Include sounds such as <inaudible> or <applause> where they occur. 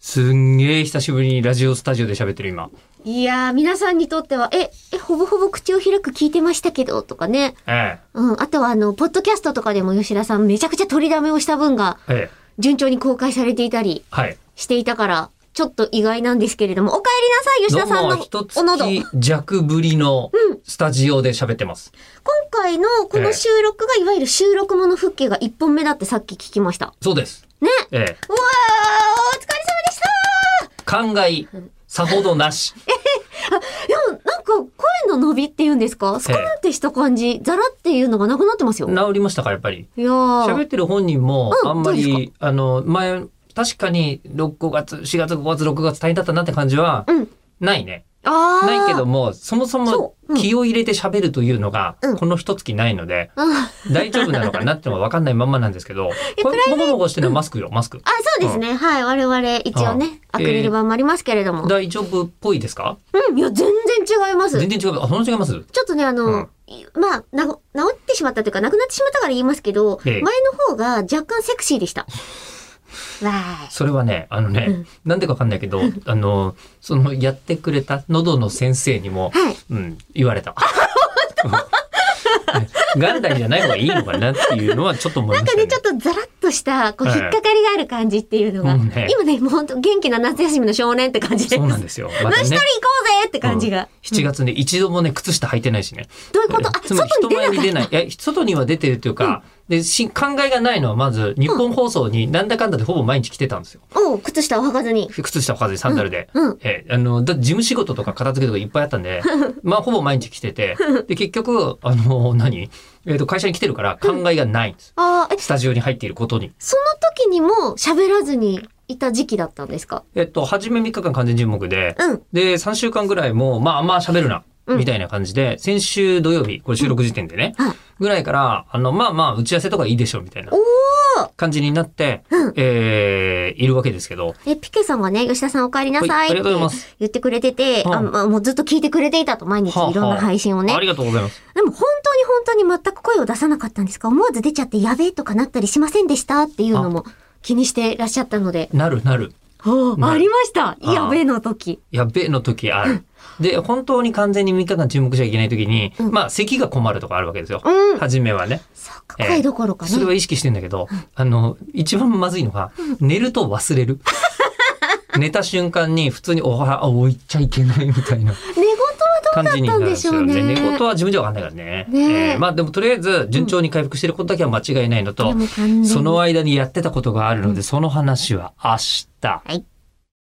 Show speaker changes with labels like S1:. S1: すんげえ久しぶりにラジオスタジオで喋ってる今。
S2: いやー、皆さんにとっては、え、え、ほぼほぼ口を開く聞いてましたけど、とかね。
S1: え
S2: うん。あとは、あの、ポッドキャストとかでも吉田さんめちゃくちゃ取りだめをした分が
S1: え。ええ。
S2: 順調に公開されていたり
S1: はい。
S2: していたから、ちょっと意外なんですけれども、お帰りなさい、吉田さん
S1: どう
S2: の
S1: も一
S2: お喉。今
S1: 月弱ぶりのスタジオで喋ってます。
S2: 回のこの収録が、いわゆる収録もの復帰が1本目だってさっき聞きました。
S1: そうです。
S2: ね。
S1: ええ。
S2: うわー、お疲れ様でした
S1: 感慨、さほどなし。
S2: でも、なんか、声の伸びっていうんですかスコーンってした感じ、ザラっていうのがなくなってますよ。
S1: 治りましたか、やっぱり。
S2: いやー。
S1: 喋ってる本人も、
S2: うん
S1: あんま
S2: どう
S1: り、あの、前、確かに、6 5月、4月、5月、6月大変だったなって感じは、
S2: うん。
S1: ないね。
S2: あー。
S1: ないけども、そもそも
S2: そううん
S1: 気を入れて喋るというのが
S2: うん、
S1: この一月ないので、
S2: うん。あ、
S1: 大丈夫なのかなってのは分かんないまんまなんですけど、これ、もごもごしてるのはマスクよ、マスク。
S2: そうですね。はい。我々、一応ね、
S1: あ
S2: アクリル板もありますけれども。
S1: 大丈夫っぽいですか
S2: うん。いや、全然違います。
S1: 全
S2: ち
S1: 然違う。あ、その違います
S2: ょっとね、あの、
S1: うん
S2: いまあ、なご、治ってしまったというか、なくなってしまったから言いますけど、
S1: ええ
S2: 前の方が若干セクシーでした。わ
S1: それはね、あのね、
S2: うん
S1: なんでかわかんない
S2: <laughs>
S1: けど、あの、その、やってくれた喉の先生にも
S2: ー、い。はい。
S1: うん、言われ
S2: <laughs>
S1: た。元来じゃない方がいいのかなっていうのはちょっと思い
S2: なん
S1: まし
S2: か
S1: たね。
S2: ね、ちょっとザラッとした、こう、
S1: え
S2: 引
S1: え
S2: っかかりがある感じっていうのが、
S1: うんね
S2: 今ね、もうほんと元気な夏休みの少年って感じです。
S1: そうなん
S2: 虫
S1: ですよ。ま
S2: 取
S1: た
S2: り
S1: ね
S2: 行こ、うぜって感じが。
S1: 7月ね、一度もね、靴下履いてないしね。
S2: どういうことあ、
S1: つまり人
S2: 外に出
S1: 前
S2: な
S1: に
S2: かっ
S1: 出ない。いや、外には出てるというか、で、し、考えがないのはまず、日本放送になんだかんだでほぼ毎日来てたんですよ。
S2: た。おう靴下を履かずに。
S1: 靴下をかずにサンダルで。
S2: うん。
S1: ええあの、だって事務仕事とか片付けとかいっぱいあったんで、まあ、ほぼ毎日来てて、で、結局、あの、何えっ、と、会社に来てるから考えがないんです。
S2: ああ、え、
S1: スタジオに入っていることに。
S2: その時にも喋らずにいた時期だったんですか
S1: えっと、初め3日間完全沈黙で、
S2: うん。
S1: で、3週間ぐらいも、まあ、あんま喋るな、
S2: うん
S1: みたいな感じで、先週土曜日、これ収録時点でね、
S2: うんはい
S1: ぐらいから、あの、まあまあ、打ち合わせとかいいでしょ、みたいな
S2: おー
S1: 感じになって、
S2: うん
S1: えーいるわけですけど、
S2: え、ピケさんがね、吉田さんお帰りなさい
S1: はいあり
S2: って
S1: がとうございます
S2: 言ってくれてて、
S1: はあ
S2: あまあ、もうずっと聞いてくれていたと、毎日
S1: はあはあ
S2: いろんな配信をね。
S1: ありがとうございます。
S2: でも本当に本当に全く声を出さなかったんですか思わず出ちゃってやべえとかなったりしませんでしたっていうのも気にしてらっしゃったので。
S1: なるなる。
S2: おー
S1: な
S2: あ
S1: い
S2: りました
S1: あ
S2: やべえの時。
S1: やっべえの時ある。で、本当に完全に3日間沈黙しちゃいけない時に、
S2: うん
S1: まあ、咳が困るとかあるわけですよ
S2: う。ん。
S1: 初めはね。
S2: そうか、
S1: ええ
S2: 声どころかね。
S1: それは意識してんだけど、あの、一番まずいのが、寝ると忘
S2: <laughs>
S1: れる。寝た瞬間に普通におは、あ、置いちゃいけないみたいな
S2: 寝言は
S1: 感じになるんですよね。
S2: どうだったんでしょうね
S1: 寝言は自分じゃわかんないからね。
S2: ねえ
S1: えーまあでもとりあえず順調に回復してることだけは間違いないの
S2: ど
S1: と
S2: うで、も完全に
S1: その間にやってたことがあるので、その話は明日。
S2: はい。